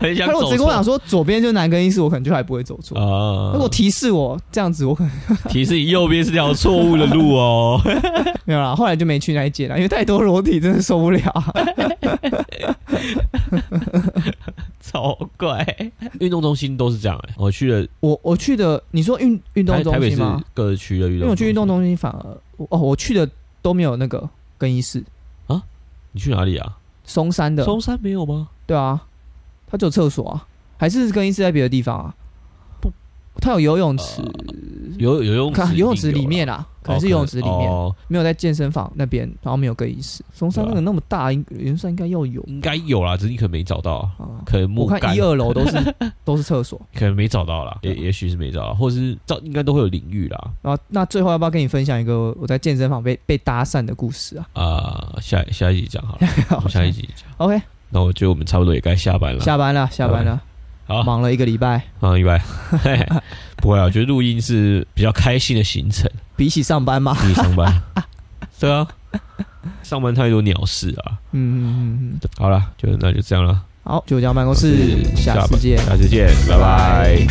S2: 他
S1: 想
S2: 如果
S1: 走
S2: 只跟我讲
S1: 错
S2: 说左边就是男更衣室，我可能就还不会走错。
S1: 啊
S2: 如果提示我这样子，我可能
S1: 提示你右边是条错误的路 哦。
S2: 没有啦。后来就没去那一届了，因为太多裸体真的受不了啊。
S1: 超怪。 运动中心都是这样哎、我去了
S2: 我我去的，你说运运动
S1: 台台
S2: 中
S1: 北
S2: 心
S1: 市
S2: 吗？
S1: 各区的运动，
S2: 因为我去运动，中心反而我哦，我去的都没有那个更衣室，
S1: 你去哪里啊？
S2: 松山的
S1: 松山没有吗？
S2: 对啊，它只有厕所啊，还是更衣室在别的地方啊？
S1: 不，
S2: 它有游泳池，
S1: 有有游泳池
S2: 嗯看
S1: 一定
S2: 游
S1: 有啦，
S2: 泳池里面啊，可能是游泳池里面，
S1: 哦
S2: 没有在健身房那边，然后没有更衣室。松山那
S1: 对
S2: 个
S1: 啊
S2: 那么大，应原算应该要有
S1: 应该有啦，只是你可能没找到啊，
S2: 啊。
S1: 可能木
S2: 我看
S1: 杆
S2: 一二楼都 是都是厕所，
S1: 可能没找到啦，也也许是没找到，或者是照应该都会有淋浴啦。
S2: 然后那最后要不要跟你分享一个我在健身房被被搭讪的故事 啊？
S1: 啊、下下一集讲好了，我们下一集讲。
S2: OK，
S1: 那我觉得我们差不多也该下班了，
S2: 下班了，下班了，
S1: 好，
S2: 忙了一个礼拜，
S1: 啊，一百， 嘿嘿不会啊，我觉得录音是比较开心的行程。
S2: 比起上班嘛，
S1: 你上 班？对啊，上班太多鸟事啊。
S2: 嗯嗯嗯嗯，
S1: 好了，就那就这样了，
S2: 好，九江办公室，下
S1: 下
S2: 次
S1: 班
S2: 见。
S1: 下次见，拜拜